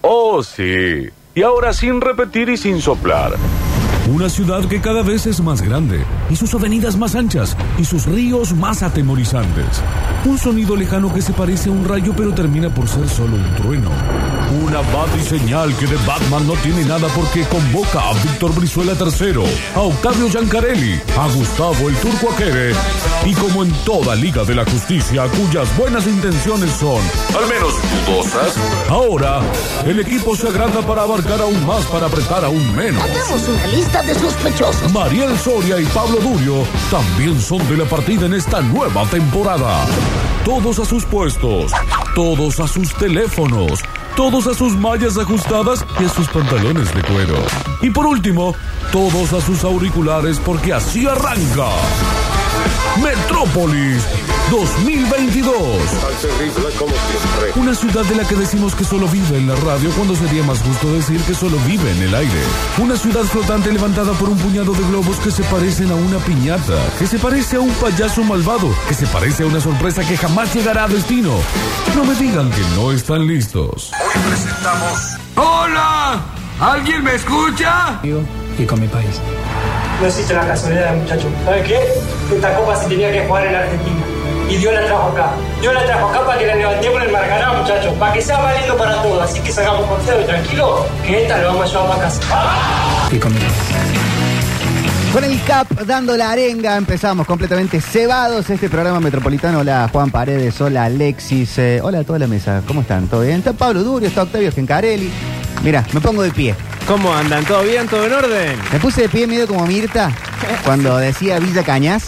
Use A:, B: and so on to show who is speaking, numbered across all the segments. A: Oh, sí. Y ahora sin repetir y sin soplar.
B: Una ciudad que cada vez es más grande, y sus avenidas más anchas, y sus ríos más atemorizantes. Un sonido lejano que se parece a un rayo pero termina por ser solo un trueno. Una batiseñal que de Batman no tiene nada porque convoca a Víctor Brizuela III, a Octavio Giancarelli, a Gustavo el Turco Aquere, y como en toda Liga de la Justicia, cuyas buenas intenciones son,
A: Al menos dudosas.
B: ahora, el equipo se agranda para abarcar aún más para apretar aún menos.
C: Hagamos una lista de sospechosos.
B: Mariel Soria y Pablo Durio también son de la partida en esta nueva temporada. Todos a sus puestos, todos a sus teléfonos, todos a sus mallas ajustadas y a sus pantalones de cuero. Y por último, todos a sus auriculares porque así arranca. Metrópolis 2022. Una ciudad de la que decimos que solo vive en la radio cuando sería más justo decir que solo vive en el aire. Una ciudad flotante levantada por un puñado de globos que se parecen a una piñata, que se parece a un payaso malvado, que se parece a una sorpresa que jamás llegará a destino. No me digan que no están listos.
D: ¡Hola! ¿Alguien me escucha?
E: y con mi país.
F: No existe la casualidad, muchacho. ¿Sabes qué? Esta copa se tenía que jugar en Argentina. Y Dios la trajo acá. Dios la trajo acá para que la levantemos en el Margará, muchachos. Para que sea valiendo para todos. Así que sacamos confiado y tranquilo, que esta la vamos a llevar para casa.
E: Y con mi país.
G: Con el CAP dando la arenga, empezamos completamente cebados este programa metropolitano. Hola Juan Paredes, hola Alexis, eh, hola a toda la mesa, ¿cómo están? ¿Todo bien? Está Pablo Durio, está Octavio Gencarelli. Mira, me pongo de pie.
H: ¿Cómo andan? ¿Todo bien? ¿Todo en orden?
G: Me puse de pie medio como Mirta cuando decía Villa Cañas.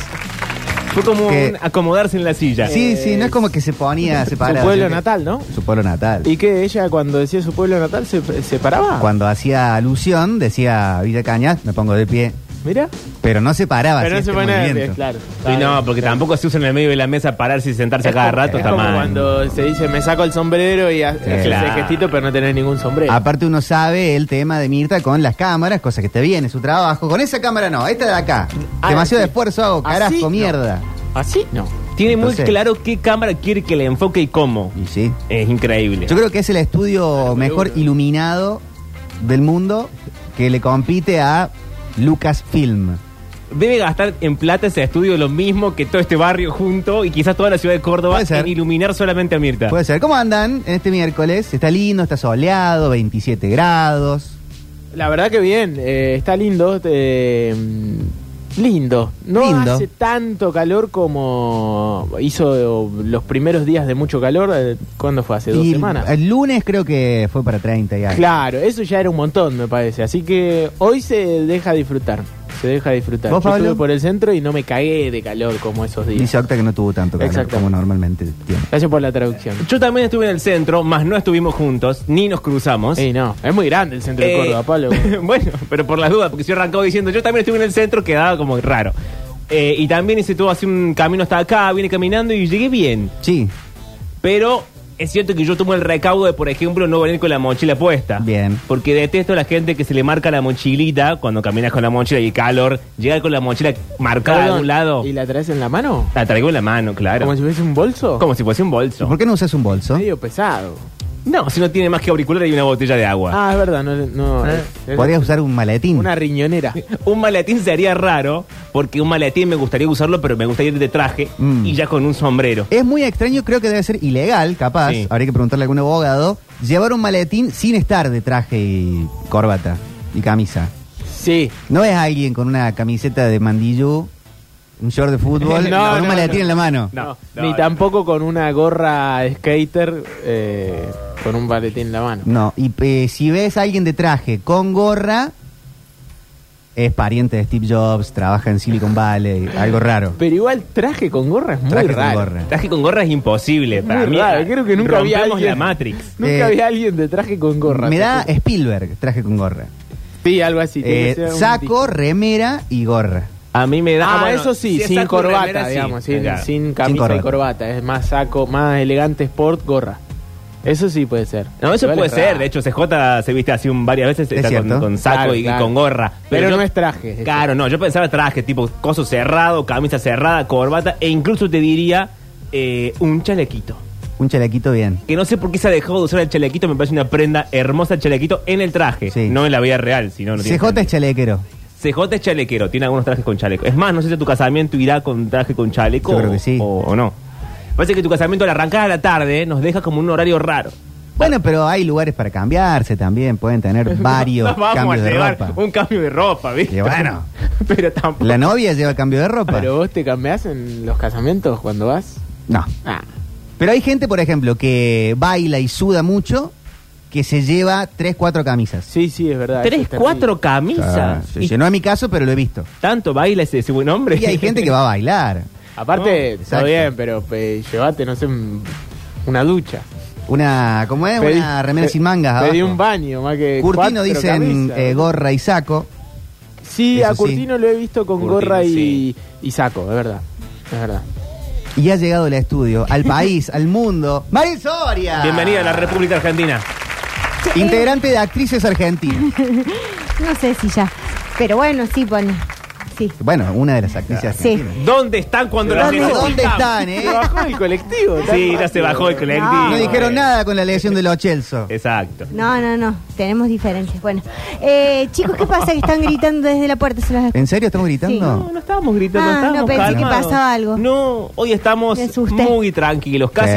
H: Fue como
G: ¿Qué?
H: un acomodarse en la silla.
G: Sí, sí, no es como que se ponía separado.
H: Eh, Su pueblo
G: sino que-
H: natal, ¿no?
G: Su pueblo natal.
H: ¿Y que ella cuando decía su pueblo natal se, se paraba?
G: Cuando hacía alusión, decía Villa Cañas, me pongo de pie.
H: Mira.
G: Pero no se paraba.
H: Pero no
G: hacía
H: se
G: este
H: pone
G: movimiento.
H: claro.
I: Sí, no, porque tampoco se usa en el medio de la mesa pararse y sentarse a cada rato,
H: Es
I: está
H: como
I: mal.
H: cuando se dice me saco el sombrero y ha- hace ese
I: Claro.
H: gestito pero no tenés ningún sombrero.
G: Aparte uno sabe el tema de Mirta con las cámaras, cosa que está bien, es su trabajo. Con esa cámara no, esta de acá.
H: Ah,
G: Demasiado
H: sí.
G: esfuerzo hago,
H: Así
G: carajo,
H: no.
G: mierda.
H: Así no.
I: Tiene
G: Entonces-
I: muy claro qué cámara quiere que le enfoque y cómo.
G: Y sí.
I: Es increíble.
G: Yo creo que es el estudio mejor iluminado del mundo que le compite a Lucasfilm.
H: Ah.
I: Debe gastar en plata ese estudio lo mismo que todo este barrio junto y quizás toda la ciudad de Córdoba
G: Puede ser.
I: en iluminar solamente a Mirta.
G: Puede ser. ¿Cómo andan en este miércoles? Está lindo, está soleado, 27 grados.
H: La verdad que bien, eh, está lindo. eh, lindo. No
G: Lindo.
H: hace tanto calor como hizo los primeros días de mucho calor. eh, ¿Cuándo fue? Hace dos
G: Y
H: semanas.
G: el lunes creo que fue para 30 y algo.
H: Claro, eso ya era un montón, me parece. Así que hoy se deja disfrutar. Se deja disfrutar.
G: ¿Vos,
H: Yo
G: Pablo?
H: estuve por el centro y no me cagué de calor como esos días.
G: Dice Octa que no tuvo tanto calor
H: Exacto.
G: como normalmente tiene.
H: Gracias por la traducción.
I: Yo también estuve en el centro, más no estuvimos juntos, ni nos cruzamos.
H: Ey, no, es muy grande el centro de
I: Eh,
H: Córdoba, Pablo.
I: bueno, pero por las dudas, porque si yo arrancaba diciendo, yo también estuve en el centro, quedaba como raro. Eh, y también hice todo así un camino hasta acá, vine caminando y llegué bien.
G: Sí,
I: Pero es cierto que yo tomo el recaudo de, por ejemplo, no venir con la mochila puesta.
G: Bien.
I: Porque detesto a la gente que se le marca la mochilita cuando caminas con la mochila y calor. Llegar con la mochila marcada a
H: Perdón,
I: un lado.
H: ¿Y la traes en la mano?
I: La traigo en la mano, claro.
H: ¿Como si fuese un bolso?
I: Como si fuese un bolso.
G: ¿Por qué no usas un bolso?
H: Medio pesado.
I: No, si no tiene más que auricular y una botella de agua.
H: Ah, es verdad, no. no es-
G: Podrías Eh, usar un maletín.
H: ¿Eh? Una riñonera.
I: Un maletín sería raro, porque un maletín me gustaría usarlo, pero me gustaría ir de traje
G: Mm.
I: y ya con un sombrero.
H: Eh.
G: Es muy extraño, creo que debe ser ilegal, capaz.
I: Sí.
G: Habría que preguntarle a algún abogado. Llevar un maletín sin estar de traje y corbata y camisa.
H: Sí.
G: No es alguien con una camiseta de mandillú, un short de fútbol,
H: No,
G: con un
H: no,
G: maletín
H: no.
G: en la mano.
I: No, no,
H: Ni
I: no.
H: tampoco con una gorra de skater eh, con un baletín en la mano.
G: No, y eh, si ves a alguien de traje con gorra, es pariente de Steve Jobs, trabaja en Silicon Valley, algo raro.
H: Pero igual traje con gorra es muy
G: Traje con
H: raro.
G: gorra.
I: Traje con gorra es imposible. Para
H: Muy
I: mí, ah,
H: raro, creo que nunca había
I: rompemos
H: alguien-
I: la Matrix.
H: Nunca
G: Eh,
H: había alguien de traje con gorra.
G: Me da
H: Sí,
G: Spielberg, traje con gorra.
H: Sí, algo así. tiene
G: Eh,
H: que ser un
G: saco,
H: disco.
G: remera y gorra.
I: A mí me da.
H: Ah,
I: bueno,
H: eso sí,
I: si es
H: sin
I: saco y
H: corbata,
I: remera, sí.
H: digamos, sin,
I: Claro.
H: sin camisa
G: corbata.
H: y corbata. Es más saco, más elegante sport, gorra. Eso sí puede ser.
I: No, eso
H: Igual
I: puede
H: es
I: ser.
H: raro.
I: De hecho, CJ se viste así un, varias veces
G: Es
I: está con,
G: cierto.
I: con saco
H: Claro,
I: y, y
H: claro.
I: con gorra.
H: Pero
I: yo-
H: no es traje, es
I: Claro, no. Yo pensaba traje, tipo coso cerrado, camisa cerrada, corbata e incluso te diría eh, un chalequito.
G: Un chalequito bien.
I: Que no sé por qué se ha dejado de usar el chalequito, me parece una prenda hermosa el chalequito en el traje,
G: Sí.
I: no en la vida real, sino no tiene
G: CJ es
I: sentido.
G: chalequero.
I: CJ es chalequero, tiene algunos trajes con chaleco. Es más, no sé si a tu casamiento irá con traje con chaleco
G: Yo creo
I: o-
G: que sí.
I: o, o no. Parece que tu casamiento al arrancar a la tarde eh, nos deja como un horario raro.
G: Bueno, pero hay lugares para cambiarse también. Pueden tener varios
I: No vamos a
G: cambios de
I: llevar
G: ropa.
I: un cambio de ropa, ¿viste?
G: Y bueno.
I: Pero tampoco.
G: ¿La novia lleva cambio de ropa?
H: Pero vos te cambiás en los casamientos cuando vas.
G: No.
H: Ah,
G: Pero hay gente, por ejemplo, que baila y suda mucho, que se lleva tres, cuatro camisas.
H: sí, sí, es verdad.
I: Tres,
H: eso es
I: cuatro
G: Ah,
I: camisas.
G: sí,
I: y
G: sí, no es mi caso, pero lo he visto.
I: tanto baila ese, ese buen hombre.
G: Y hay gente que va a bailar.
H: terrible.
I: Oh,
H: Aparte,
G: No,
H: está
G: exacto.
H: bien, pero eh, llevate, no sé, un- una ducha.
G: Una, ¿cómo es?
H: Pedí-
G: Una remera
H: pe-
G: sin mangas.
H: Pedí
G: abajo.
H: un baño, más que.
G: Curtino
H: cuatro
G: dicen
H: camisas.
G: eh, gorra y saco.
H: Sí,
G: Eso
H: a
G: sí.
H: Curtino lo he visto con
I: Curtino,
H: gorra y,
I: sí.
H: y saco, es verdad. Es verdad.
G: Y ha llegado el estudio, al país, al mundo. ¡Marín Soria!
I: Bienvenida a la República Argentina.
G: Integrante de Actrices Argentinas.
J: Eh, No sé si ya. Pero bueno, sí, pone. Sí.
G: Bueno, una de las actrices
J: Sí.
G: argentinas.
I: ¿Dónde están cuando las
G: ¿Dónde, dónde
I: necesitamos?
G: están, eh?
H: Se bajó el colectivo. tan
I: Sí, ya se
H: rápido.
I: bajó el colectivo.
J: No
G: No dijeron nada con la lesión de los Chelsea.
I: Exacto.
J: No, no, no. Tenemos diferencias. Bueno. Eh, chicos, ¿qué pasa? Que están gritando desde la puerta. Se los-
G: ¿En serio estamos gritando?
I: No, no estábamos gritando,
J: Ah,
I: estábamos
J: no, pensé que
I: calmados.
J: pasaba algo.
I: No, hoy estamos
J: Me asusté.
I: muy tranquilos, casi
G: Eh,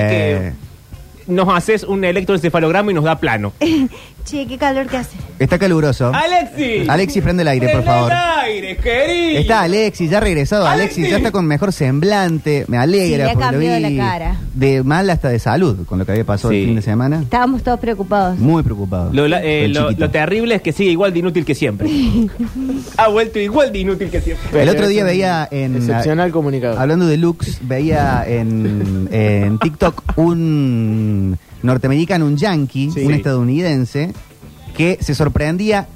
I: que nos haces un electroencefalograma y nos da plano.
J: Che, qué calor que hace.
G: Está caluroso.
I: Alexis.
G: Alexis, prende el aire, por favor.
I: el aire, querido.
G: Está Alexis, ya ha regresado. Alexis ya está con mejor semblante. Me alegra.
J: Sí, le ha
G: porque lo
J: cambiado
G: vi
J: la cara.
G: De mal hasta de salud, con lo que había pasado el
I: Sí.
G: fin de semana.
J: Estábamos todos preocupados.
G: Muy preocupado.
I: Lo, la- eh,
G: Con el
I: lo-
G: chiquito.
I: lo terrible es que sigue igual de inútil que siempre. ha vuelto igual de inútil que siempre.
G: El
H: Pero
G: otro
H: es
G: día
H: un
G: veía en-
H: Excepcional comunicador.
G: Hablando de looks, veía en, en TikTok un norteamericano, un yankee,
H: Sí.
G: un estadounidense, que se sorprendía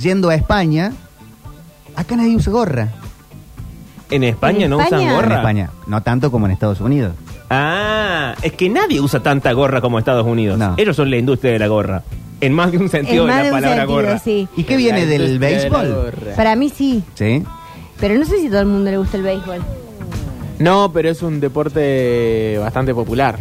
G: yendo a España. Acá nadie usa gorra.
I: En España
J: ¿En
I: no
J: España?
I: usan
G: En
I: gorra.
G: España, no tanto como en Estados Unidos.
I: Ah, es que nadie usa tanta gorra como Estados Unidos.
G: No.
I: Ellos son la industria de la gorra. En más de un sentido
J: En
I: de
J: más
I: la
J: de un
I: palabra
J: sentido,
I: gorra.
J: sí.
G: ¿Y qué viene del
H: La industria este de la
G: béisbol?
H: gorra.
J: Para mí sí.
G: Sí.
J: Pero no sé si todo el mundo le gusta el béisbol.
H: No, pero es un deporte bastante popular.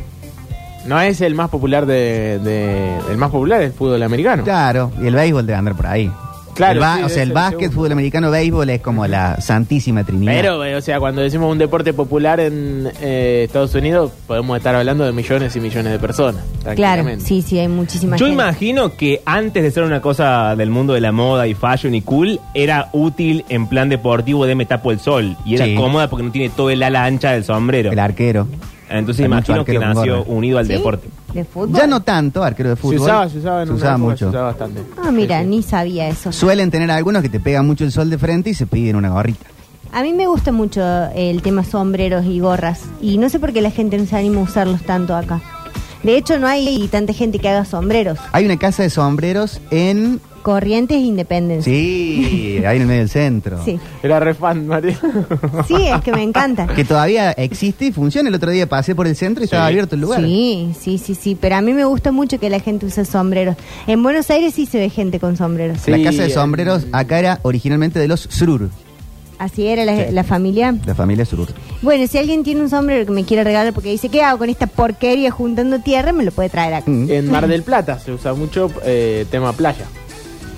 H: No es el más popular de, de- el más popular es el fútbol americano.
G: Claro, y el béisbol debe andar por ahí.
H: Claro,
G: El ba-
H: sí,
G: o
H: debe
G: sea, el
H: ser
G: básquet,
H: seguro.
G: fútbol americano, béisbol es como la santísima trinidad.
H: Pero, eh, o sea, cuando decimos un deporte popular en eh, Estados Unidos, podemos estar hablando de millones y millones de personas.
J: Claro,
H: tranquilamente.
J: sí, sí, hay muchísima
I: Yo
J: gente.
I: imagino que antes de ser una cosa del mundo de la moda y fashion y cool, era útil en plan deportivo de me tapo el sol. Y era
G: Sí.
I: cómoda porque no tiene todo el ala ancha del sombrero.
G: el arquero.
I: Entonces
G: Hay
I: imagino
G: mucho
I: que
G: arquero con
I: nació
G: gorra.
I: unido al
J: ¿Sí?
I: deporte.
J: ¿De fútbol?
G: Ya no tanto, arquero de fútbol.
H: Se usaba, se usaba en
G: Se
H: una
G: usaba
H: época,
G: mucho.
H: Se usaba bastante.
J: Ah, mira,
H: Sí, sí.
J: ni sabía eso.
G: Suelen tener algunos que te pega mucho el sol de frente y se piden una gorrita.
J: A mí me gusta mucho el tema sombreros y gorras. Y no sé por qué la gente no se anima a usarlos tanto acá. De hecho, no hay tanta gente que haga sombreros.
G: Hay una casa de sombreros en.
J: Corrientes e Independencia.
G: Sí, ahí en el medio del centro.
J: Sí.
H: Era re fan, María.
J: Sí, es que me encanta.
G: Que todavía existe y funciona. El otro día pasé por el centro y estaba abierto el lugar.
J: Sí, sí, sí, sí. Pero a mí me gusta mucho que la gente use sombreros. En Buenos Aires sí se ve gente con sombreros.
H: Sí.
G: La casa de sombreros
H: en-
G: acá era originalmente de los Surur,
J: Así era la,
G: Sí.
J: la familia.
G: la familia Surur.
J: Bueno, si alguien tiene un sombrero que me quiere regalar porque dice, ¿qué hago con esta porquería juntando tierra? Me lo puede traer acá.
G: Mm.
H: En Mar del Plata se usa mucho eh, tema playa.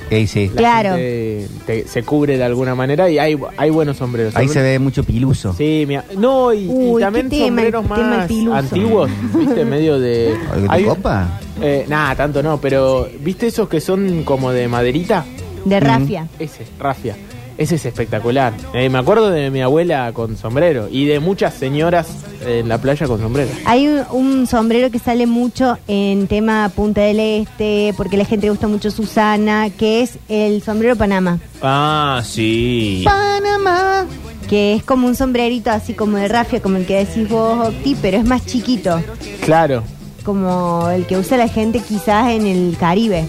G: Ey, sí.
H: La
J: Claro.
H: gente te- se cubre de alguna manera y hay, hay buenos sombreros.
G: Ahí
H: Sombreros-
G: se ve mucho piluso.
H: Sí, mira. No, y, y
J: Uy, qué
H: también
J: tema,
H: sombreros
J: qué tema el
H: más
J: piluso.
H: antiguos, ¿viste? Medio de.
G: ¿Algo de
H: hay-
G: copa?
H: Eh, Nada, tanto no, pero ¿viste esos que son como de maderita?
J: De rafia.
H: Ese, rafia. Ese es espectacular. Eh, me acuerdo de mi abuela con sombrero y de muchas señoras en la playa con sombrero.
J: Hay un, un sombrero que sale mucho en tema Punta del Este, porque la gente le gusta mucho Susana, que es el sombrero Panamá.
I: Ah, sí.
J: Panamá. Que es como un sombrerito así como de rafia, como el que decís vos, Octi, pero es más chiquito.
H: Claro,
J: Como el que usa la gente quizás en el Caribe.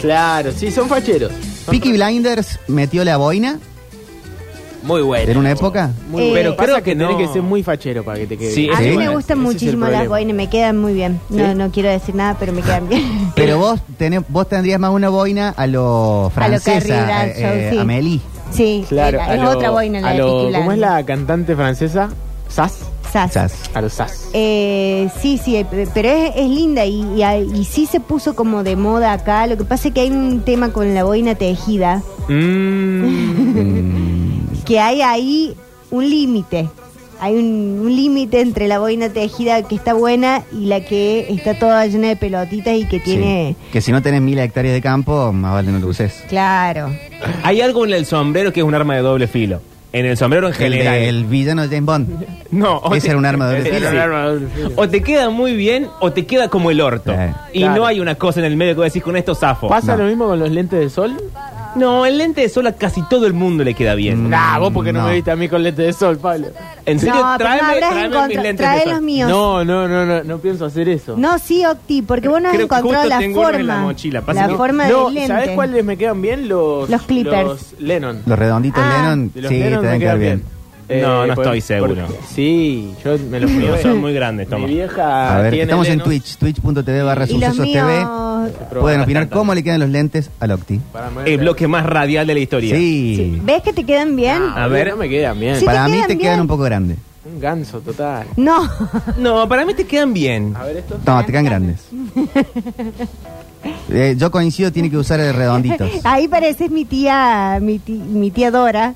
H: claro, sí, son facheros. Son
G: Peaky Blinders metió la boina
I: Muy bueno.
G: en una época.
H: Muy
J: Eh, Pero
H: pero creo
I: creo
H: que
I: que
H: tenés
I: no.
H: que ser muy fachero para que te quede.
I: Sí,
H: bien.
J: A mí
G: sí.
J: me
H: Bueno,
J: gustan
H: ese es el
J: muchísimo las
H: problema.
J: boinas, me quedan muy bien. No,
H: ¿Sí?
J: no quiero decir nada, pero me quedan bien.
G: Pero vos tenés, vos tendrías más una boina a lo
J: Carrie
G: francesa,
J: Bradshaw,
G: eh,
J: sí.
G: Amélie.
J: Sí,
H: Claro,
J: era-
H: a
J: es
H: lo-
J: otra boina la
H: a
J: de
H: lo-
J: Peaky
H: ¿Cómo es
J: Blinders.
H: la cantante francesa? Sass.
J: Sas.
G: Sas.
H: A los SAS.
J: Eh, sí, sí, eh, pero es, es linda y, y hay- y sí se puso como de moda acá. Lo que pasa es que hay un tema con la boina tejida,
I: Mm.
J: que hay ahí un límite. Hay un, un límite entre la boina tejida que está buena y la que está toda llena de pelotitas y que tiene...
G: Sí. Que si no tenés mil hectáreas de campo, más vale no lo uses.
J: Claro.
I: Hay algo en el sombrero que es un arma de doble filo. En el sombrero en
G: El,
I: general.
G: de- el villano de James Bond.
I: No,
H: Oh,
I: o
G: Ese
I: te-
G: era un arma de doble
I: Ese
G: filo.
I: era un arma de doble filo. O te queda muy bien o te queda como el orto.
G: Eh.
I: Y
H: Claro.
I: no hay una cosa en el medio que vos decís con esto zafo.
H: Oh, ¿Pasa
G: No.
H: lo mismo con los lentes de sol?
I: No, el lente de sol a casi todo el mundo le queda bien.
H: Nah, vos porque no,
G: no.
H: me viste a mí con lentes de sol, Pablo.
I: En
J: No,
I: serio,
J: pero no
I: tráeme,
J: habrás
I: tráeme
J: encontrado-
I: mis lentes
J: trae
I: de sol.
J: los míos.
H: No, no, no, no, no pienso hacer eso.
J: No, sí, Octi, porque vos no has
I: Creo que
J: encontrado
I: justo
J: la
I: tengo uno en la
J: forma.
I: mochila, pasa que-
J: la forma
H: no,
J: del lente.
H: ¿Sabes cuáles me quedan bien? Los,
J: Los Clippers.
H: Los Lennon.
G: Los redonditos
J: Ah.
G: Lennon,
H: De los
G: sí,
H: Lennon
G: te
H: me
G: deben quedar
H: quedan Eh,
G: bien.
I: No, no
H: por-
I: estoy seguro.
H: porque- sí, yo me los
I: Los
H: probé.
I: son muy grandes, toma.
H: Mi vieja
G: A ver,
H: Ah, tiene
G: estamos en
H: Lennon.
G: Twitch, twitch.tv barra
J: y los
G: sucesos TV.
J: míos...
G: Pueden opinar cómo le quedan los lentes al Octi.
H: Para
I: El bloque más radial de la historia.
J: Sí.
G: Sí.
J: ¿Ves que te quedan bien?
H: A ver, Ah, no me quedan bien.
J: Sí.
G: Para
J: te
G: mí te
J: quedan
G: quedan
J: bien.
G: un poco grandes.
H: Un ganso total.
J: No.
I: No, para mí te quedan bien.
H: A ver esto.
G: No, te quedan grandes. Eh, yo coincido, tiene que usar eh, redonditos.
J: Ahí pareces mi tía, mi ti- mi tía, Dora.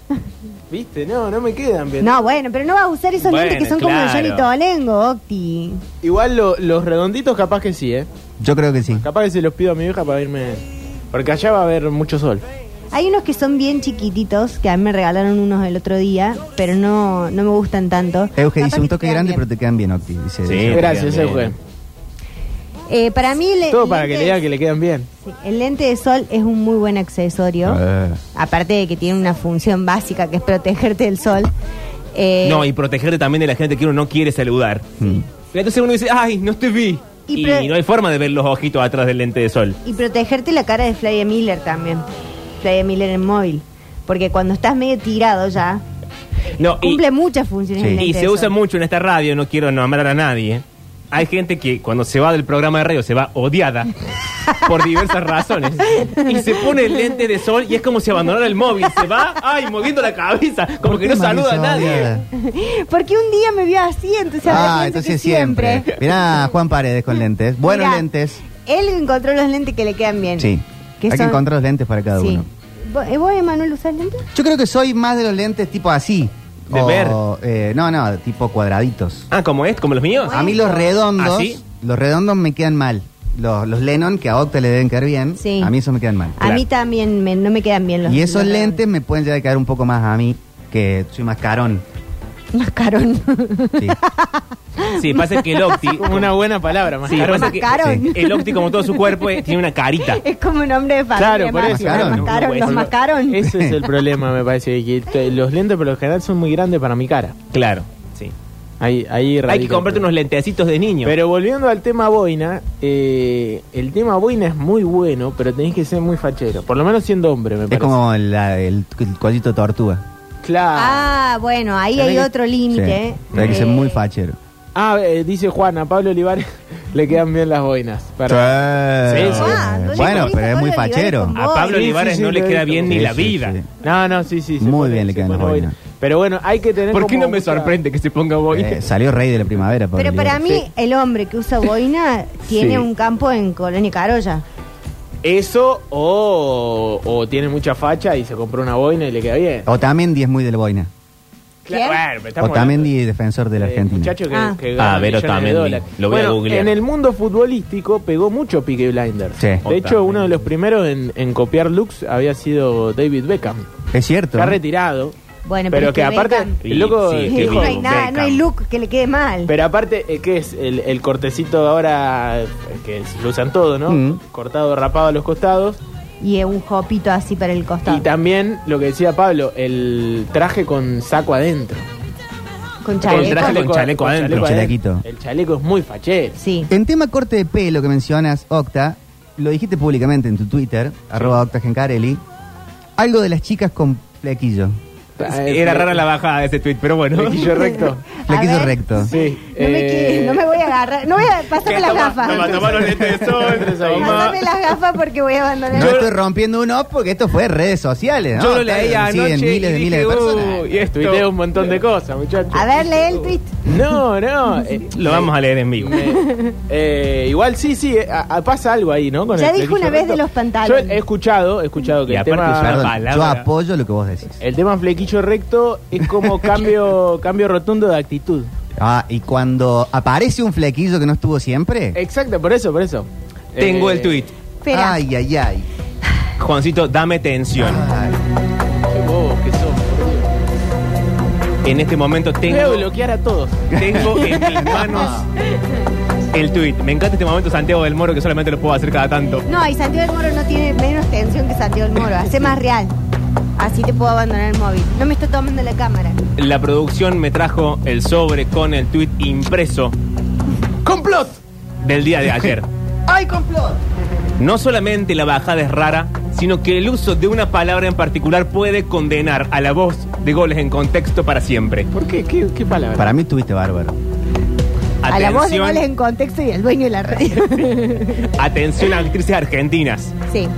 H: ¿Viste? No, no me quedan bien.
J: No, bueno, pero no vas a usar esos
I: Bueno,
J: lentes que son como
I: claro.
J: de Johnny Tolengo, Octi.
H: Igual lo- los redonditos capaz que sí, ¿eh?
G: Yo creo que sí.
H: Capaz que se los pido a mi vieja para irme... Porque allá va a haber mucho sol.
J: Hay unos que son bien chiquititos, que a mí me regalaron unos el otro día, pero no, no me gustan tanto.
G: Euge
J: Capaz
G: dice
J: que
G: un
J: te
G: toque
J: quedan
G: grande,
J: bien.
G: pero te quedan bien, Octi. dice-
I: Sí.
G: dice-
H: Gracias,
I: quedan
H: Eugen.
I: bien.
J: Eh, para mí, le-
H: Todo para que le
J: lentes-
H: diga que le quedan bien.
J: Sí, El lente de sol es un muy buen accesorio.
G: Eh.
J: Aparte de que tiene una función básica que es protegerte del sol. Eh,
I: No, y protegerte también de la gente que uno no quiere saludar.
G: Mm.
I: Entonces uno dice, ay, no te vi.
J: Y
I: Y,
J: pre-
I: no hay forma de ver los ojitos atrás del lente de sol.
J: y protegerte la cara de Flavia Miller también. Flavia Miller en móvil. Porque cuando estás medio tirado ya,
I: No, y,
J: cumple muchas funciones.
G: Sí.
J: el lente
I: y
J: de
I: se usa
J: sol.
I: mucho en esta radio, no quiero nombrar a nadie. Hay gente que cuando se va del programa de radio se va odiada por diversas razones. Y se pone el lente de sol y es como si abandonara el móvil. Se va, ay, moviendo la cabeza, como que no saluda a nadie.
J: Porque un día me vio así, entonces ahora pienso
G: Ah,
J: que
G: entonces siempre. Mirá, Juan Paredes con lentes. Buenos
J: Mirá,
G: lentes.
J: Él encontró los lentes que le quedan bien.
G: Sí. Hay que
J: son-
G: encontrar los lentes para cada
J: Sí.
G: uno.
J: ¿Vos, eh, vos, Emanuel, usás lentes?
G: Yo creo que soy más de los lentes tipo así.
I: ¿De
G: eh, no, no, tipo cuadraditos.
I: Ah, ¿como es? ¿Como los míos?
G: A mí los redondos,
I: ¿Así?
G: los redondos me quedan mal. Los, los Lennon, que a Octa le deben quedar bien,
J: Sí.
G: a mí esos me quedan mal.
J: A mí también me- no me quedan bien los
G: Y esos
J: los-
G: lentes me pueden llegar a quedar un poco más a mí, que soy más carón.
J: Más carón.
G: Sí.
I: Sí, pasa que el Octi...
H: Como una buena palabra, más
I: Sí,
H: caro.
I: pasa que
J: Mascarón.
I: el Octi, como todo su cuerpo, eh, tiene una carita.
J: Es como un hombre de
H: Claro,
J: familia.
H: por
J: más-
H: eso.
J: más
G: Mascarón.
J: mascarón,
I: No,
J: los
I: no,
J: mascarón.
H: Ese es el problema, me parece. Vicky. Te- los lentes por lo general son muy grandes para mi cara.
I: Claro, sí.
H: Ahí,
I: Hay
H: ahí
I: que
H: radica
I: comprarte
H: el
I: unos
H: problema.
I: lentecitos de niño.
H: Pero volviendo al tema boina, eh, el tema boina es muy bueno, pero tenés que ser muy fachero. Por lo menos siendo hombre, me
G: Es
H: parece.
G: como la- el, el cuellito de tortuga.
H: Claro.
J: Ah, bueno, ahí
H: Tenés
J: hay
H: que-
J: otro
G: Sí.
J: límite. eh.
G: Hay que ser
J: Eh,
G: muy fachero.
H: Ah, eh, dice Juana, a Pablo Olivares le quedan bien las boinas. Para...
G: Sí,
H: Sí, sí.
J: Ah, no le conozco
G: Bueno, pero es
J: Pablo
G: muy
J: Olivares
G: fachero.
J: con
I: A
J: vos.
I: Pablo
H: Sí,
I: Olivares
H: sí, sí,
I: no le
H: lo he
I: queda
H: visto.
I: bien ni
G: Sí,
I: la
G: sí,
I: vida.
G: sí.
H: No, no, sí, sí. se
G: Muy
H: pone-
G: bien le
H: se
G: quedan
H: pone
G: las boinas.
H: Pero bueno, hay que tener
I: ¿Por qué
H: como
I: no me
H: mucha-
I: sorprende que se ponga boina?
G: Eh, salió rey de la primavera. Pablo
J: Pero para
G: Olivares.
J: mí, el hombre que usa boina tiene
H: Sí.
J: un campo en Colonia Carolla.
H: Eso o, o tiene mucha facha y se compró una boina y le queda bien.
G: Otamendi es muy del boina.
J: ¿Quién?
H: Bueno, pero estamos hablando-
G: Otamendi, defensor de la
H: Eh,
G: Argentina.
H: Muchacho que,
J: Ah.
H: que gana
I: Ah, a ver,
H: millones de
I: Otamendi.
H: dólares.
I: Lo voy a
H: Bueno,
I: googlear.
H: En el mundo futbolístico pegó mucho Pique Blinders.
G: Sí.
H: De
I: Otamendi.
H: hecho, uno de los primeros en, en copiar looks había sido David Beckham.
G: Es cierto.
H: Está retirado.
J: Bueno, pero
H: pero que
J: es que
H: aparte,
J: Beckham-
H: el loco
I: Sí, sí,
H: dijo-
J: no hay nada, no hay
I: Beckham.
J: look que le quede mal.
H: Pero aparte, eh, ¿qué es? El, el cortecito de ahora eh, que lo usan todo, ¿no?
G: Mm.
H: Cortado, rapado a los costados.
J: y eh, un jopito así para el costado.
H: Y también lo que decía Pablo, el traje con saco adentro.
J: con
I: traje
J: chaleco.
I: con chaleco adentro.
G: El chalequito.
H: El chaleco es muy fachero.
J: Sí.
G: En tema corte de pelo que mencionas, Octa, lo dijiste públicamente en tu Twitter, arroba Octa Gencarelli, algo de las chicas con flequillo.
H: Ah,
I: Era rara la bajada de ese tweet, pero bueno.
H: Yo recto.
G: La
J: A
G: quiso
J: ver.
G: recto.
H: Sí.
J: No me,
H: eh,
J: quie- no me voy a agarrar. No voy a. Pasame las gafas.
I: Toma, toma los lentes de sol. toma.
J: Pasame las gafas porque voy a abandonar.
G: No estoy rompiendo un off porque esto fue redes sociales, ¿no?
I: Yo lo leí
G: Nos siguen
I: anoche
G: miles de
I: y
G: miles
I: dije,
G: de personas.
H: uh,
I: "Uy, y esto.
H: Tuiteo un montón de cosas, muchachos.
J: A ver, lee el tweet.
H: No, no. eh,
I: Lo vamos a leer en vivo.
H: eh, eh, igual sí, sí, eh, a- a- pasa algo ahí, ¿no? Con
J: Ya
H: el-
J: dijo
H: el
J: una vez
H: recto.
J: de los pantalones.
H: Yo he escuchado, he escuchado
I: Y
H: que el
I: aparte
H: tema,
I: es verdad.
G: Perdón,
I: palabra.
G: yo apoyo lo que vos decís.
H: el tema flequillo recto es como cambio, cambio rotundo de actitud.
G: Ah, y cuando aparece un flequillo que no estuvo siempre.
H: Exacto, por eso, por eso.
I: Tengo
H: Eh,
I: el tweet.
J: Espera.
G: Ay, ay, ay.
I: Juancito, dame tensión.
G: Ay.
H: Qué bobos que son. por Dios.
I: En este momento
H: Voy a
I: tengo,
H: bloquear a todos.
I: tengo en mis manos el tweet. Me encanta este momento Santiago del Moro que solamente lo puedo hacer cada tanto.
J: No, y Santiago del Moro no tiene menos tensión que Santiago del Moro. Hace más real. Así te puedo abandonar el móvil. No me está tomando la cámara.
I: La producción me trajo el sobre con el tweet impreso
H: ¡Complot!
I: del día de ayer.
G: ¡Ay, complot!
I: No solamente la bajada es rara, sino que el uso de una palabra en particular puede condenar a la voz de goles en contexto para siempre.
H: ¿Por qué? ¿Qué, qué palabra?
G: Para mí tuviste bárbaro.
J: A la voz de
I: Atención-
J: goles en contexto y al dueño de la radio.
I: Atención a actrices argentinas.
J: sí.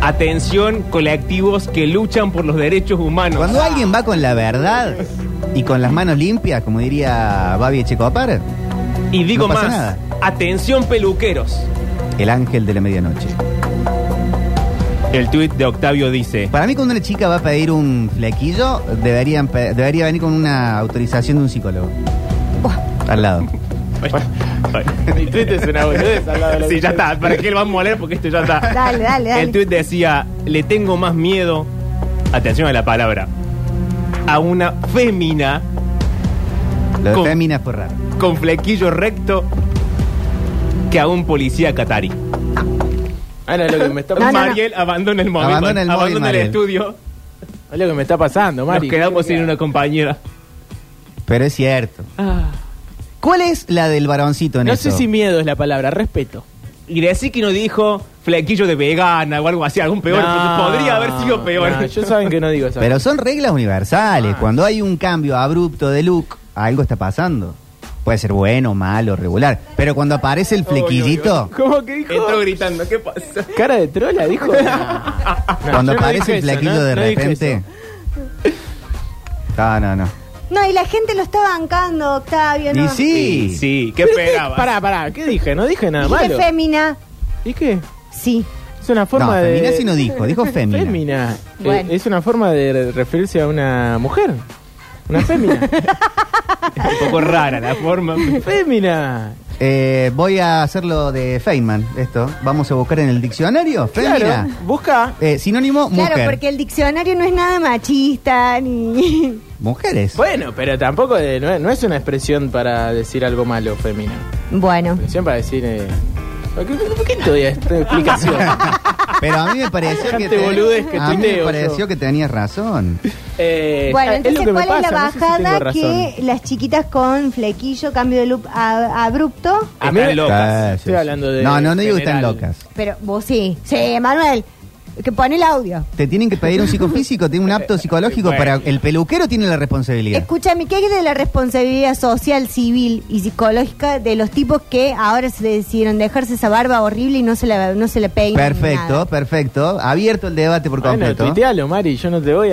I: Atención colectivos que luchan por los derechos humanos.
G: Cuando alguien va con la verdad y con las manos limpias, como diría Babi Echecopar,
I: Y digo
G: No pasa
I: más,
G: nada.
I: atención peluqueros.
G: el ángel de la medianoche.
I: El tuit de Octavio dice,
G: Para mí, cuando una chica va a pedir un flequillo, deberían pe- debería venir con una autorización de un psicólogo. Al lado.
H: Mi tweet es una boludez al lado de lo
I: sí,
H: que
I: ya
H: yo-
I: está, ¿para qué lo vamos a leer? Porque esto ya está.
J: Dale, dale, dale.
I: El tuit decía, le tengo más miedo, atención a la palabra, a una fémina
G: Lo
I: Con-
G: de féminas por raro.
I: con flequillo recto que a un policía catarí.
H: Ah, no, lo que me está
J: No, no,
H: pasando.
I: Mariel abandona el móvil,
G: Abandona el móvil,
I: abandona el
G: Mariel.
I: estudio.
H: Es lo que me está pasando, Mari.
I: Nos quedamos sin una compañera.
G: Pero es cierto. ¿Cuál es la del varoncito en
H: No
G: eso?
H: sé si miedo es la palabra, respeto.
I: Y decir que no dijo flequillo de vegana o algo así, algún peor,
H: No,
I: porque podría haber sido peor.
H: no, yo saben que no digo eso.
G: Pero son reglas universales. Cuando hay un cambio abrupto de look, algo está pasando. Puede ser bueno, malo, regular. Pero cuando aparece el flequillito,
H: ¿Cómo que dijo?
I: Entró gritando, ¿qué pasa?
H: Cara de trola, dijo.
G: cuando
H: yo no
G: aparece
H: dije
G: el
H: eso,
G: flequillo
H: no-
G: de
H: no dije
G: repente. No, no, no.
J: No, y la gente lo está bancando, Octavio, ¿no?
G: Y sí.
I: Sí, ¿qué
H: ¿Pero qué?
I: esperabas?
H: Pará, pará, ¿qué dije? No dije nada
J: Dije
H: malo.
J: fémina.
H: ¿Y qué?
J: Sí.
H: Es una
G: No,
H: forma de.
G: femina sí no dijo, dijo femina.
H: Fémina. Eh,
J: Bueno.
H: es una forma de re- referirse a una mujer. Una fémina.
I: Un poco rara la forma.
H: fémina.
G: Eh, voy a hacerlo de Feynman, esto. Vamos a buscar en el diccionario. Femina.
H: Claro, busca.
G: Eh, sinónimo, mujer.
J: Claro, porque el diccionario no es nada machista ni.
G: Mujeres.
H: Bueno, pero tampoco de- no, es, no es una expresión para decir algo malo, fémina.
J: Bueno.
H: Expresión para decir. Eh, ¿Por qué, por qué te doy esta explicación?
G: Pero a mí me pareció que,
H: Dejate boludes que
G: a mí me
H: tuiteo
G: pareció
H: yo.
G: que tenías razón.
H: Eh,
J: Bueno,
H: es lo
J: entonces,
H: que me
J: ¿cuál es la
H: pasa, no sé si tengo
J: bajada
H: razón.
J: que las chiquitas con flequillo, cambio de look a- abrupto?
H: A mí me-
I: Están locas.
G: Ah, sí,
H: Estoy
G: sí.
H: hablando de
G: No, no, no digo que están
H: general.
G: locas.
J: Pero vos sí. Sí, Manuel. Que pone el audio.
G: Te tienen que pedir un psicofísico, tiene un
H: Eh,
G: apto psicológico
I: Bueno.
G: para. El peluquero tiene la responsabilidad.
J: Escúchame, ¿qué hay de la responsabilidad social, civil y psicológica de los tipos que ahora se decidieron dejarse esa barba horrible y no se la, no se la peinan? ni
G: Perfecto, perfecto. Abierto el debate por
H: Bueno,
G: completo.
H: tuitealo, Mari, yo no te voy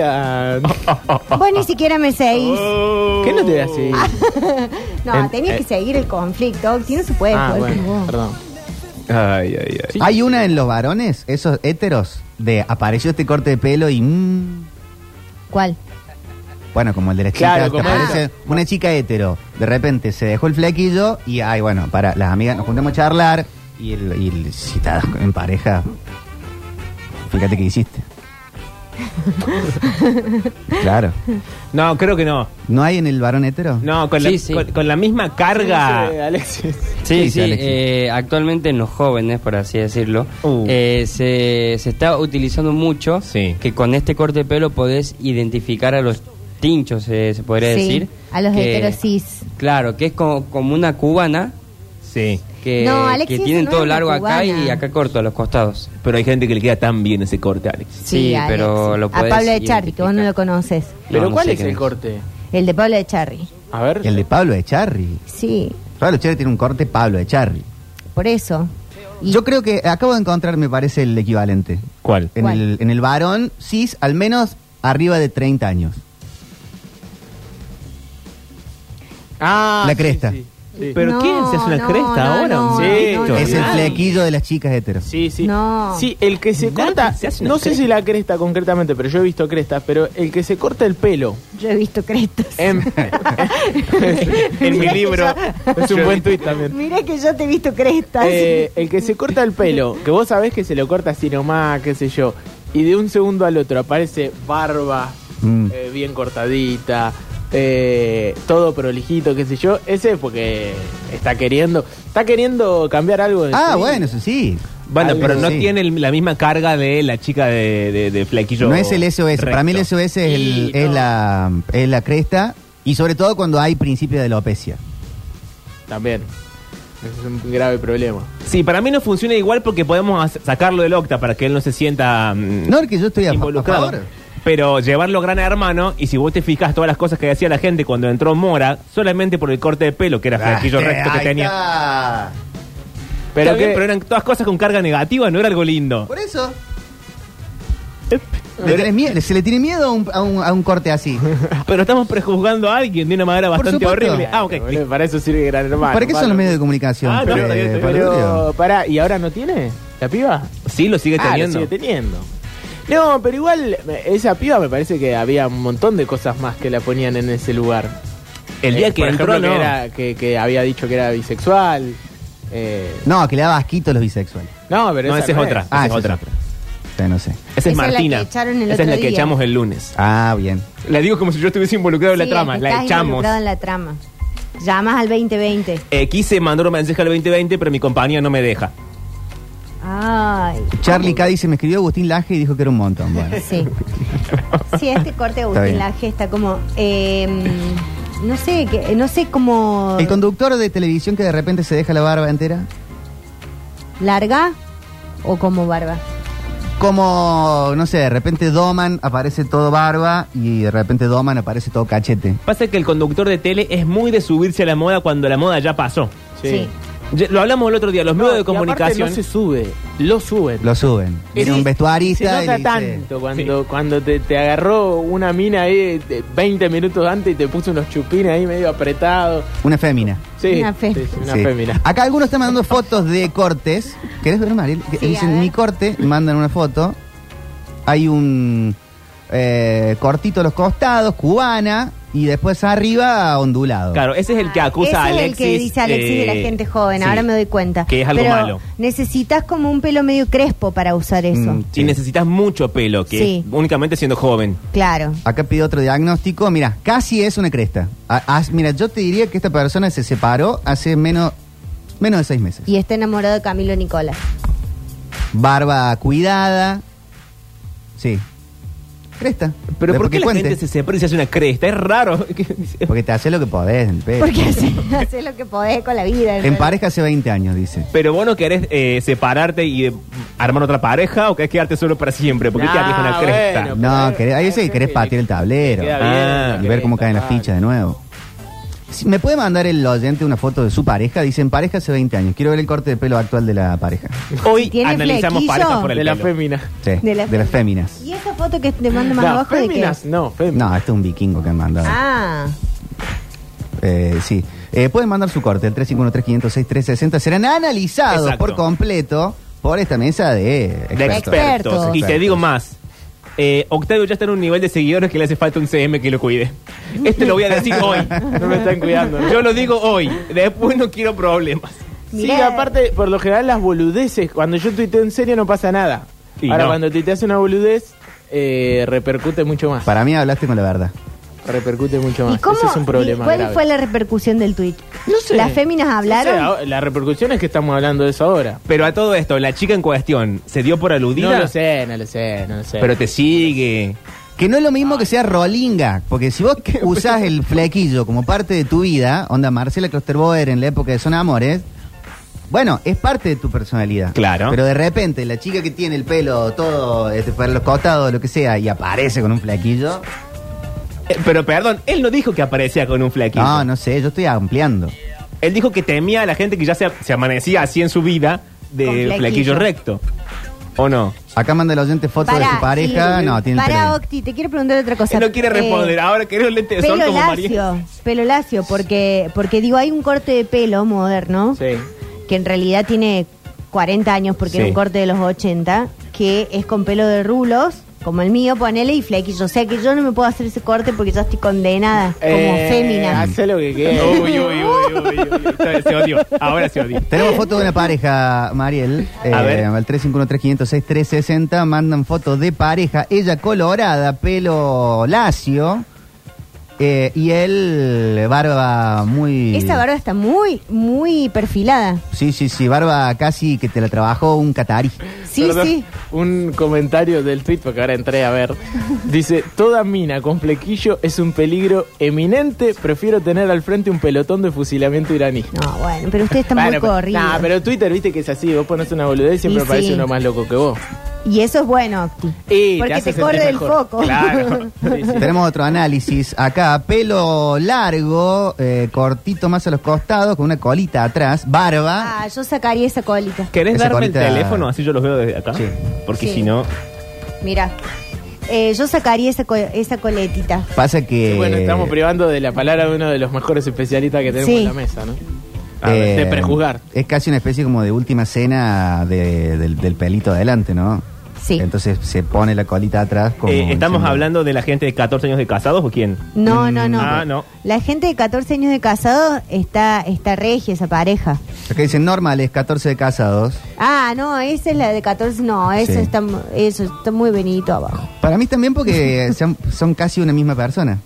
H: a...
J: nada? Vos ni siquiera me seguís.
H: ¿Qué no te voy a seguir?
J: No,
H: En-
J: tenías
H: eh.
J: que seguir el conflicto. Si no se puede.
H: Ah,
J: joder, como
H: bueno,
J: vos.
H: perdón.
I: Ay, ay, ay.
G: Hay una en los varones, esos héteros, de apareció este corte de pelo y. mm,
J: ¿Cuál?
G: bueno, como el de la chica,
H: Claro,
G: te
H: como
G: aparece
H: eso.
G: una chica hétero. De repente se dejó el flequillo y, ay, bueno, para las amigas nos juntamos a charlar y, el, y el- si estás en pareja, fíjate qué hiciste. claro.
I: No, creo que no.
G: ¿No hay en el varón hétero?
I: No, con, la,
K: Sí, sí.
I: Con, con la misma
H: Sí,
I: carga.
H: Alexis.
G: ¿Qué
K: Sí,
G: dice
K: sí,
G: Alexis?
K: eh, actualmente en los jóvenes, por así decirlo,
I: Uh.
K: eh, se, se está utilizando mucho
I: Sí.
K: que con este corte de pelo podés identificar a los tinchos, eh, se podría
J: Sí,
K: decir.
J: a los
K: que-
J: heterosis.
K: Claro, que es co- como, una cubana
I: Sí.
K: que,
J: No, Alexis
K: que tienen
J: no
K: todo
J: es
K: largo acá
J: cubana.
K: y acá corto a los costados.
I: Pero hay gente que le queda tan bien ese corte, Alex.
K: Sí,
J: a
K: pero
J: Alexis.
K: lo
J: A
K: podés
J: Pablo de Charri, que
K: identificar.
J: vos no lo conoces.
H: ¿Pero
K: No, no
H: cuál
K: sé
H: es
K: qué
H: el
K: es.
H: corte?
J: El de Pablo de Charri.
H: A ver.
G: El de Pablo Echarri.
J: Sí,
G: Pablo Echarri tiene un corte Pablo Echarri.
J: por eso. Y-
G: Yo creo que acabo de encontrar, me parece, el equivalente.
I: ¿Cuál?
G: En,
J: ¿Cuál?
G: el, en el varón cis, al menos arriba de 30 años.
H: Ah,
G: La
H: sí,
G: cresta.
H: Sí, sí.
I: ¿Pero
J: No,
I: quién se hace una
J: no,
I: cresta
J: no,
I: ahora?
J: no,
I: un
H: Sí,
I: bicho?
H: no,
G: Es el
H: Ay.
G: flequillo de las chicas heteros.
H: Sí, sí.
J: No.
H: Sí, el que se
I: Nadie
H: corta,
I: se hace una
H: no sé
I: cresta.
H: si la cresta concretamente, pero yo he visto crestas, pero el que se corta el pelo em.
J: Yo he visto crestas.
H: en, en mi
J: Mirá que
H: libro,
J: yo-
H: es un buen tuit también.
J: Mira que yo te he visto crestas.
H: Eh, el que se corta el pelo, que vos sabés que se lo corta así nomás, qué sé yo, y de un segundo al otro aparece barba
G: Mm.
H: eh, bien cortadita, eh, todo prolijito, qué sé yo, ese es porque está queriendo, está queriendo cambiar algo. de
G: Ah,
H: su vida.
G: bueno, eso sí.
I: Bueno,
G: Algo
I: pero no
G: sí.
I: tiene el- la misma carga de la chica de, de, de flequillo.
G: No es el SOS. Para mí el
I: recto.
G: SOS es, el-
H: Y
G: es
H: no.
G: la, es la cresta y sobre todo cuando hay principio de alopecia.
H: También. Ese es un grave problema.
I: Sí, para mí no funciona igual porque podemos as- sacarlo del octa para que él no se sienta mm,
G: No, que yo estoy a, a
I: involucrado.
G: favor.
I: Pero llevarlo a gran hermano, y si vos te fijas todas las cosas que decía la gente cuando entró Mora, solamente por el corte de pelo, que era flequillo
G: Ah,
I: recto que
G: ahí
I: tenía.
G: está.
I: Pero,
H: Pero
I: que,
H: que-
I: pero eran todas cosas con carga negativa, no era algo lindo.
G: Por eso. Le tenés mie- se le tiene miedo a un, a un- a un corte así.
I: Pero estamos prejuzgando a alguien de una manera bastante
G: supuesto.
I: horrible. Ah, ok.
H: Boludo, Para eso sirve Gran Hermano.
G: ¿Para qué son
H: Pablo.
G: los medios de comunicación?
I: Ah, no,
G: Eh,
I: está bien, está bien.
G: Pablo
H: Pero,
G: Durio.
H: pará, ¿y ahora no tiene la piba?
I: Sí, lo sigue
H: Ah, lo
I: teniendo.
H: sigue teniendo. No, pero igual eh, esa piba me parece que había un montón de cosas más que la ponían en ese lugar.
I: el día
H: Eh,
I: que
H: por
I: entró,
H: ejemplo,
I: no.
H: que, era- que- que había dicho que era bisexual. eh,
G: No, que le daba asquito a los bisexuales.
H: no, pero
I: No, esa es
H: no
I: otra.
G: Ah,
I: esa es otra.
G: O sea, no sé.
I: Esa es
J: Esa es la
I: Martina.
J: que echaron el
I: Esa
J: otro
I: es la que
J: día.
I: echamos el lunes.
G: Ah, bien.
I: La digo como si yo estuviese involucrado en la
J: Sí,
I: trama.
J: es que
I: La
J: estás
I: echamos.
J: involucrado en la trama. Llamas al 2020.
I: Eh, quise mandar un mensaje al 2020, pero mi compañía no me deja.
J: Ay.
G: Charlie K dice, me escribió Agustín Laje y dijo que era un montón. Bueno.
J: Sí. Sí, este corte de Agustín
G: bien.
J: Laje está como. eh, no sé, que, no sé cómo.
G: El conductor de televisión que de repente se deja la barba entera,
J: ¿Larga o como barba?
G: como, no sé, de repente Doman aparece todo barba y de repente Doman aparece todo cachete.
I: Pasa que el conductor de tele es muy de subirse a la moda cuando la moda ya pasó.
H: Sí.
I: Ya- lo hablamos el otro día, los medios
H: No, y
I: de
H: aparte
I: comunicación.
H: No se sube, lo suben.
G: Lo suben. Viene
H: Sí,
G: un vestuarista
H: Se
G: y le
H: nota
G: dice,
H: tanto cuando, cuando te, te agarró una mina ahí de- 20 minutos antes y te puso unos chupines ahí medio apretados.
G: una fémina.
H: Sí,
J: Una fe-
H: sí, sí, una
G: Sí. Ah,
H: fémina.
G: Acá algunos están mandando fotos de cortes. ¿Querés ver, Mariel? Que
J: Sí, a
G: Dicen
J: ver.
G: mi corte, mandan una foto. Hay un eh, cortito a los costados, cubana, y después arriba ondulado.
I: Claro, ese es el que acusa
J: Ah, Ese
I: a
J: es
I: Alexis.
J: el que dice Alexis de la
I: eh,
J: gente joven,
I: sí,
J: ahora me doy cuenta.
I: Que es algo
J: Pero
I: malo.
J: Necesitas como un pelo medio crespo para usar eso.
G: Mm.
I: Si necesitas mucho pelo, que
J: Sí.
I: es únicamente siendo joven.
J: Claro.
G: Acá pide otro diagnóstico. Mira, casi es una cresta. A- as- mira, yo te diría que esta persona se separó hace menos, menos de seis meses.
J: Y está enamorado de Camilo Nicolás.
G: Barba cuidada. Sí. Cresta.
I: Pero ¿por
G: Porque
I: qué la
G: cuente.
I: gente se separa y se hace una cresta? Es raro.
G: Porque te hace lo que podés. en pedo.
J: Porque haces haces lo que podés con la vida.
G: Eh. En
J: realidad.
G: pareja hace 20 años, dice.
I: Pero vos no querés eh, separarte y eh, armar otra pareja o querés quedarte solo para siempre, porque te harías
H: Ah,
I: una cresta.
H: bueno.
G: No, querés, hay veces que
H: gente
G: querés
H: que-
G: patear el tablero.
H: queda
I: Ah,
H: bien,
G: y ver cómo
H: está
G: caen las
H: mal.
G: fichas de nuevo. Si ¿Me puede mandar el oyente una foto de su pareja? Dicen pareja hace 20 años. Quiero ver el corte de pelo actual de la pareja.
I: Hoy
J: ¿Tiene
I: analizamos
J: flequillo?
I: parejas por el
H: De la
I: pelo.
H: fémina.
G: Sí, de,
J: De las
G: las féminas.
J: ¿Y esa foto que te mando más
H: Las
J: abajo de qué?
H: féminas, no, féminas.
G: No, este es un vikingo que han mandado.
J: Ah,
G: Eh, sí. Eh, pueden mandar su corte, el 351-3506-360. Serán analizados
I: Exacto.
G: por completo por esta mesa de expertos.
I: De expertos.
J: Expertos.
I: Y te digo más. eh, Octavio ya está en un nivel de seguidores que le hace falta un CM que lo cuide. Este lo voy a decir hoy.
H: No me están cuidando. ¿no?
I: Yo lo digo hoy. Después no quiero problemas.
H: Sí,
J: Mirá.
H: aparte, por lo general las boludeces, cuando yo tuiteo en serio no pasa nada.
I: Y
H: Ahora,
I: no.
H: cuando tuiteas una boludez, eh, repercute mucho más.
G: Para mí hablaste con la verdad.
H: Repercute mucho
J: ¿y
H: más.
J: cómo?
H: Ese es un
J: y
H: problema
J: ¿Cuál
H: grave.
J: fue la repercusión del tweet?
H: No sé.
J: ¿Las féminas hablaron?
H: No sé, ah, la repercusión es que estamos hablando de eso ahora.
I: Pero a todo esto, la chica en cuestión se dio por aludida.
H: No lo sé, no lo sé, no lo sé.
I: Pero te sigue.
G: Que no es lo mismo que sea rolinga, porque si vos usás el flequillo como parte de tu vida, onda Marcela Klosterboer en la época de Son Amores, Bueno, es parte de tu personalidad.
I: Claro.
G: Pero de repente, la chica que tiene el pelo todo este, para los costados, lo que sea, y aparece con un flaquillo.
I: Eh, Pero perdón, él no dijo que aparecía con un flequillo.
G: Ah, No, no sé, yo estoy ampliando.
I: Él dijo que temía a la gente que ya se, se amanecía así en su vida de
J: Con
I: flequillo.
J: flequillo.
I: recto. ¿O no?
G: Acá manda el oyente fotos de
J: Pará,
G: su pareja.
J: sí.
G: no, tiene el
J: Pará,
G: pelo.
J: Octi, te quiero preguntar otra cosa.
I: él no quiere
J: Eh,
I: responder. Ahora quiere un lente de
J: Pelo
I: sol como María.
J: lacio, pelo lacio, porque, porque digo, hay un corte de pelo moderno
I: Sí.
J: que en realidad tiene 40 años porque
I: Sí.
J: era un corte de los 80, que es con pelo de rulos, como el mío, ponele y flequillo. O sea que yo no me puedo hacer ese corte porque ya estoy condenada como
H: Eh,
J: fémina.
H: Hace lo que
I: Uy,
H: quieras.
I: uy, uy, uy, uy, uy. Se odió. Ahora se odió.
G: Tenemos fotos de una pareja, Mariel. Eh,
I: A ver.
G: Al 351-3506-360 mandan fotos de pareja. Ella colorada, pelo lacio. eh, y él, barba muy.
J: Esa barba está muy, muy perfilada.
G: Sí, sí, sí, barba casi que te la trabajó un catarí.
J: Sí,
H: Perdón,
J: sí.
H: Un comentario del tweet, porque ahora entré a ver. Dice: Toda mina con flequillo es un peligro eminente. Prefiero tener al frente un pelotón de fusilamiento iraní.
J: No, bueno, pero usted está muy
H: Bueno, pero-
J: corrido.
H: nah, pero Twitter, viste que es así. Vos pones una boludez y
J: Y
H: siempre aparece
J: sí.
H: uno más loco que vos.
J: Y eso es bueno, Octi.
H: Y
J: porque
H: hace
J: te
H: sentir
J: corre del
H: mejor.
J: foco.
H: Claro. Sí, sí.
G: Tenemos otro análisis acá. Pelo largo, eh, cortito más a los costados, con una colita atrás, barba.
J: Ah, yo sacaría esa colita.
I: ¿Querés
G: Esa
I: darme
G: colita-
I: el teléfono? Así yo los veo desde acá.
G: Sí.
I: Porque
J: Sí.
I: si no.
J: Mira, eh, yo sacaría esa, co- esa coletita.
G: Pasa que.
H: Bueno, estamos privando de la palabra de uno de los mejores especialistas que tenemos
J: Sí.
H: en la mesa, ¿no?
I: A ver,
H: de prejuzgar.
G: Eh, Es casi una especie como de última cena de- del, del pelito adelante, ¿no?
J: Sí.
G: Entonces se pone la colita atrás. Como
I: eh, ¿Estamos
G: diciendo-
I: hablando de la gente de 14 años de casados o quién?
J: No,
H: Mm,
J: no, no.
I: Ah, no.
J: La gente de 14 años de casado está, está regia esa pareja.
G: Acá dicen normales, 14 de casados.
J: Ah, no, esa es la de 14. No, eso,
G: Sí.
J: está, mu- eso está muy benito abajo.
G: Para mí también porque son, son casi una misma persona.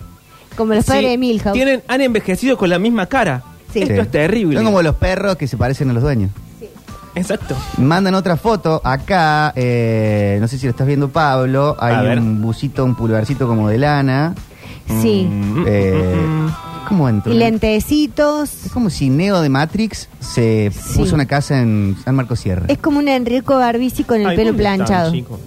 J: Como los padres
I: Sí,
J: de Milhouse.
I: Tienen, han envejecido con la misma cara.
J: Sí.
I: Esto
G: Sí.
I: es terrible.
G: Son como los perros que se parecen a los dueños.
I: Exacto.
G: Mandan otra foto acá, eh, no sé si lo estás viendo Pablo,
I: A
G: hay
I: ver.
G: un busito, un pulgarcito como de lana.
J: Sí.
I: Mm,
G: Eh, ¿Cómo entró?
J: Y lentecitos.
G: Es como si Neo de Matrix se
J: Sí.
G: puso una casa en San Marcos Sierra.
J: Es como un Enrico Barbisi con el
I: Ay,
J: pelo
I: ¿dónde están,
J: planchado.
I: chicos?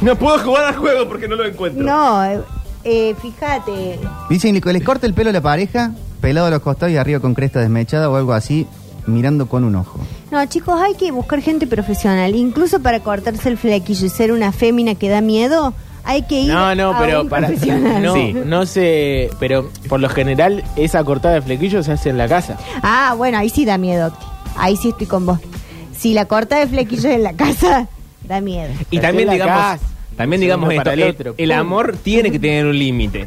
I: no puedo jugar al juego porque no lo encuentro.
J: no, eh, eh, fíjate.
G: Dicen que les corta el pelo a la pareja, pelado a los costados y arriba con cresta desmechada o algo así, mirando con un ojo.
J: No, chicos, hay que buscar gente profesional. Incluso para cortarse el flequillo y ser una fémina que da miedo, hay que ir
H: No, no,
J: a
H: pero
J: un
H: para.
J: profesional.
H: No,
I: Sí.
H: no sé. Pero por lo general, esa cortada de flequillo se hace en la casa.
J: Ah, bueno, ahí sí da miedo, Octi. Ahí sí estoy con vos. Si la corta de flequillo en la casa, da miedo.
I: Y
H: Pero
I: también
H: es la
I: digamos,
H: casa.
I: también
H: Sí,
I: digamos
H: uno
I: esto,
H: para
I: el,
H: el otro.
I: el
H: Pum.
I: amor tiene que tener un límite.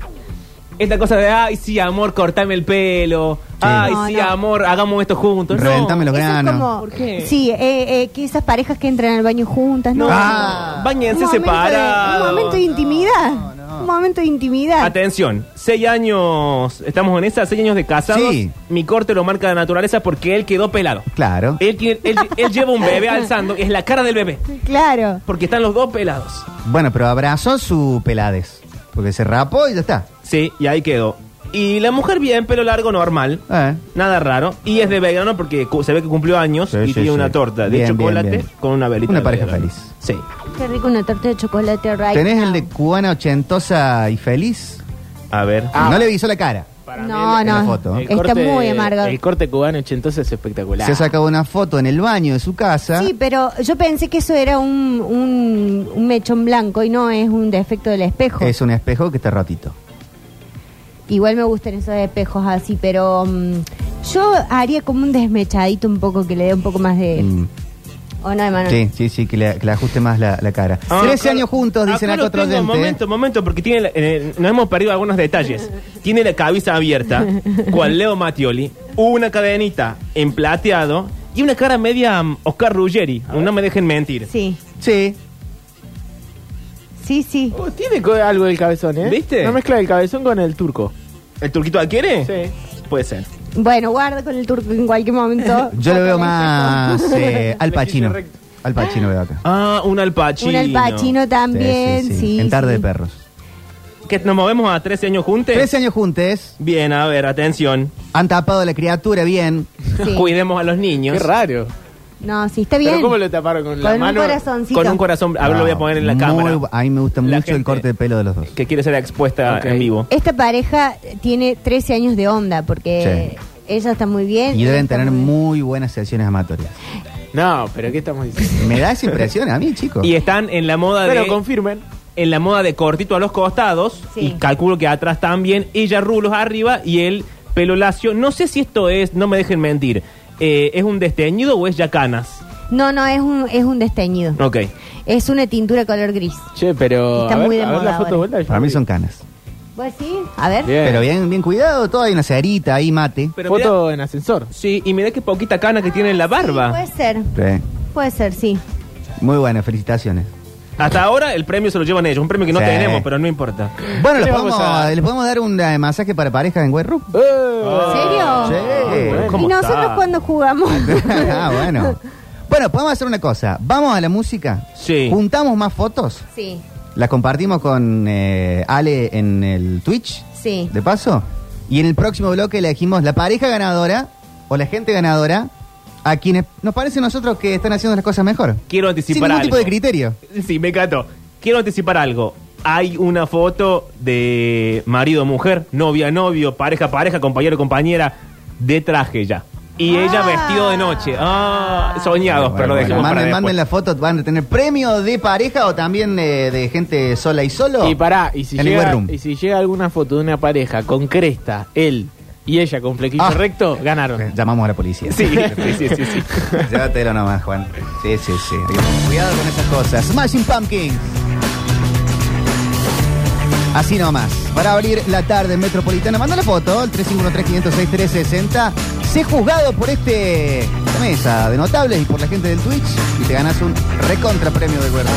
I: Esta cosa de, ay, sí, amor, cortame el pelo. Ay,
J: No,
I: sí,
J: no.
I: amor, hagamos esto juntos. No.
G: Reventame los
J: Eso es
G: granos.
J: como-
I: ¿Por qué?
J: Sí, eh, eh, que esas parejas que entran al baño juntas, ¿no?
I: No,
G: Ah.
I: bañense
J: Un momento de-
I: separados.
J: Un momento de intimidad. Un momento de intimidad.
I: Ah, Atención, seis años, estamos en esa, seis años de casados.
G: Sí.
I: Mi corte lo marca la naturaleza porque él quedó pelado.
G: Claro.
J: Eh.
I: Él, tiene- él- él lleva un bebé alzando, es la cara del bebé,
J: claro.
I: porque están los dos pelados.
G: Bueno, pero abrazó su pelades. Porque se rapó y ya está.
I: Sí, y ahí quedó. Y la mujer bien, pelo largo, normal.
G: Eh.
I: Nada raro. Y es de vegano porque cu- se ve que cumplió años
G: Sí,
I: y
G: sí,
I: tiene
G: sí.
I: una torta de
G: Bien, bien,
I: chocolate
G: bien.
I: con una velita.
G: Una
I: de
G: pareja
I: vegano.
G: feliz.
I: Sí.
J: Qué rico una torta de chocolate right
G: ¿Tenés el
J: now.
G: de cubana ochentosa y feliz?
I: A ver.
J: Ah.
G: no le visó la cara.
J: No,
G: en la
J: no.
G: foto.
H: El
J: Está
H: corte-
J: muy amargado.
H: El corte cubano entonces es espectacular.
G: Se ha sacado una foto en el baño de su casa.
J: Sí, pero yo pensé que eso era un, un, un mechón blanco y no es un defecto del espejo.
G: Es un espejo que está rotito.
J: Igual me gustan esos espejos así, pero mm, yo haría como un desmechadito un poco que le dé un poco más de...
G: Mm.
J: ¿O no, Emanuel?
G: Sí, sí, sí, que le, que le ajuste más la, la cara.
I: Ah,
G: 13
I: acá-
G: años juntos, dicen acá
I: lo
G: otro
I: tengo,
G: oyente. ¿eh?
I: Momento, momento, porque tiene la- eh, nos hemos perdido algunos detalles. Tiene la cabeza abierta, cual Leo Mattioli, una cadenita en plateado y una cara media mm, Oscar Ruggeri. No me dejen mentir.
J: Sí,
G: Sí.
J: sí, sí.
H: Oh, tiene co- algo del cabezón, ¿eh?
I: ¿Viste?
H: No mezcla el cabezón con el turco.
I: ¿El turquito adquiere?
H: Sí.
I: Puede ser.
J: Bueno, guarda con el turco en cualquier momento.
G: Yo lo veo
J: Con el
G: más eh, al pachino.
H: recto.
G: Al pachino veo acá.
I: Ah, un alpachino.
J: espejo. Un alpachino
G: Sí,
J: también, sí.
G: En tarde
J: sí.
G: de perros.
I: que nos movemos a 13 años juntos.
G: 13 años juntes,
I: Bien, a ver, atención.
G: han tapado a la criatura bien.
J: Sí.
I: Cuidemos a los niños.
H: Qué raro.
J: No, sí, está
H: ¿Pero
J: bien.
H: cómo lo taparon con la
J: Con un
H: mano?
J: corazoncito.
I: Con un corazón. A ver, lo voy a poner en la
G: Ah, Muy
I: cámara.
G: bu- a mí me gusta
I: La
G: mucho el
I: gente
G: corte Eh. de pelo de los dos.
I: Que quiere ser expuesta
H: Ok.
I: en vivo.
J: Esta pareja tiene 13 años de onda porque
G: Sí.
J: ella está muy bien.
G: Y
J: él
G: deben
J: está
G: tener
J: muy bien.
G: muy buenas sesiones amatorias.
H: No, pero ¿qué estamos diciendo?
G: Me da esa impresión a mí, chicos.
I: Y están en la moda
H: Pero
I: de.
H: confirmen.
I: en la moda de cortito a los costados
J: Sí.
I: y calculo que atrás también, ella rulos arriba y él pelo lacio. No sé si esto es, no me dejen mentir, eh, ¿es un desteñido o es ya canas?
J: No, no, es un, es un desteñido.
I: Ok.
J: Es una tintura color gris.
H: Che, pero.
J: Está
H: a
J: muy
H: ver,
J: de
H: a ver
J: moda
H: la foto
J: ahora.
H: vuelta. yo
G: Para mí
H: vi.
G: son canas.
J: ¿Vos sí? A ver.
H: Bien.
G: Pero bien, bien cuidado, todo hay una cerita ahí, mate.
I: Pero
H: foto
I: mirá-
H: en ascensor.
I: sí, y mirá qué poquita cana que tiene en la
J: Sí, pues.
I: barba.
J: puede ser.
G: Sí.
J: Puede ser, sí.
G: Muy buenas, felicitaciones.
I: Hasta ahora el premio se lo llevan ellos, un premio que no
G: Sí.
I: tenemos, pero no importa.
G: Bueno, les
H: ¿Qué le vamos
G: podemos,
H: a-
G: les podemos dar un eh, masaje para parejas en Guerrero.
I: Ah.
H: Eh,
J: ¿En
H: Oh. Ah,
J: serio?
G: Sí.
I: ¿Cómo
J: ¿Y nosotros
I: está?
J: cuando jugamos?
G: ah, bueno. Bueno, podemos hacer una cosa. Vamos a la música.
I: Sí.
G: Juntamos más fotos.
J: Sí,
G: Las compartimos con eh, Ale en el Twitch.
J: sí.
G: De paso. Y en el próximo bloque elegimos la pareja ganadora o la gente ganadora a quienes nos parece a nosotros que están haciendo las cosas mejor.
I: Quiero
G: Sin
I: anticipar
G: ningún tipo de
I: algo.
G: criterio.
I: Sí, me encantó. Quiero anticipar algo. Hay una foto de marido, mujer, novia, novio, pareja, pareja, compañero, compañera, de traje ya. Y ella
J: Ah.
I: vestido de noche. Ah, soñados,
G: Bueno,
I: pero lo dejemos
G: manden,
I: para después.
G: manden la foto, van a tener premio de pareja o también eh, de gente sola y solo.
H: Y pará, y si,
G: En el
H: llega,
G: webroom.
H: y si llega alguna foto de una pareja con cresta, él y ella con flequillo
G: Ah.
H: recto,
G: Eh,
H: ganaron.
G: Llamamos a la policía.
I: Sí, sí, sí, sí, sí.
G: Llévatelo nomás, Juan. Sí, sí, sí. Cuidado con esas cosas. Smashing Pumpkins. Así nomás. Para abrir la tarde en Metropolitana, manda la foto, el 351-3506-360. Sé juzgado por este esta mesa de notables y por la gente del Twitch y te ganas un recontra premio de acuerdo.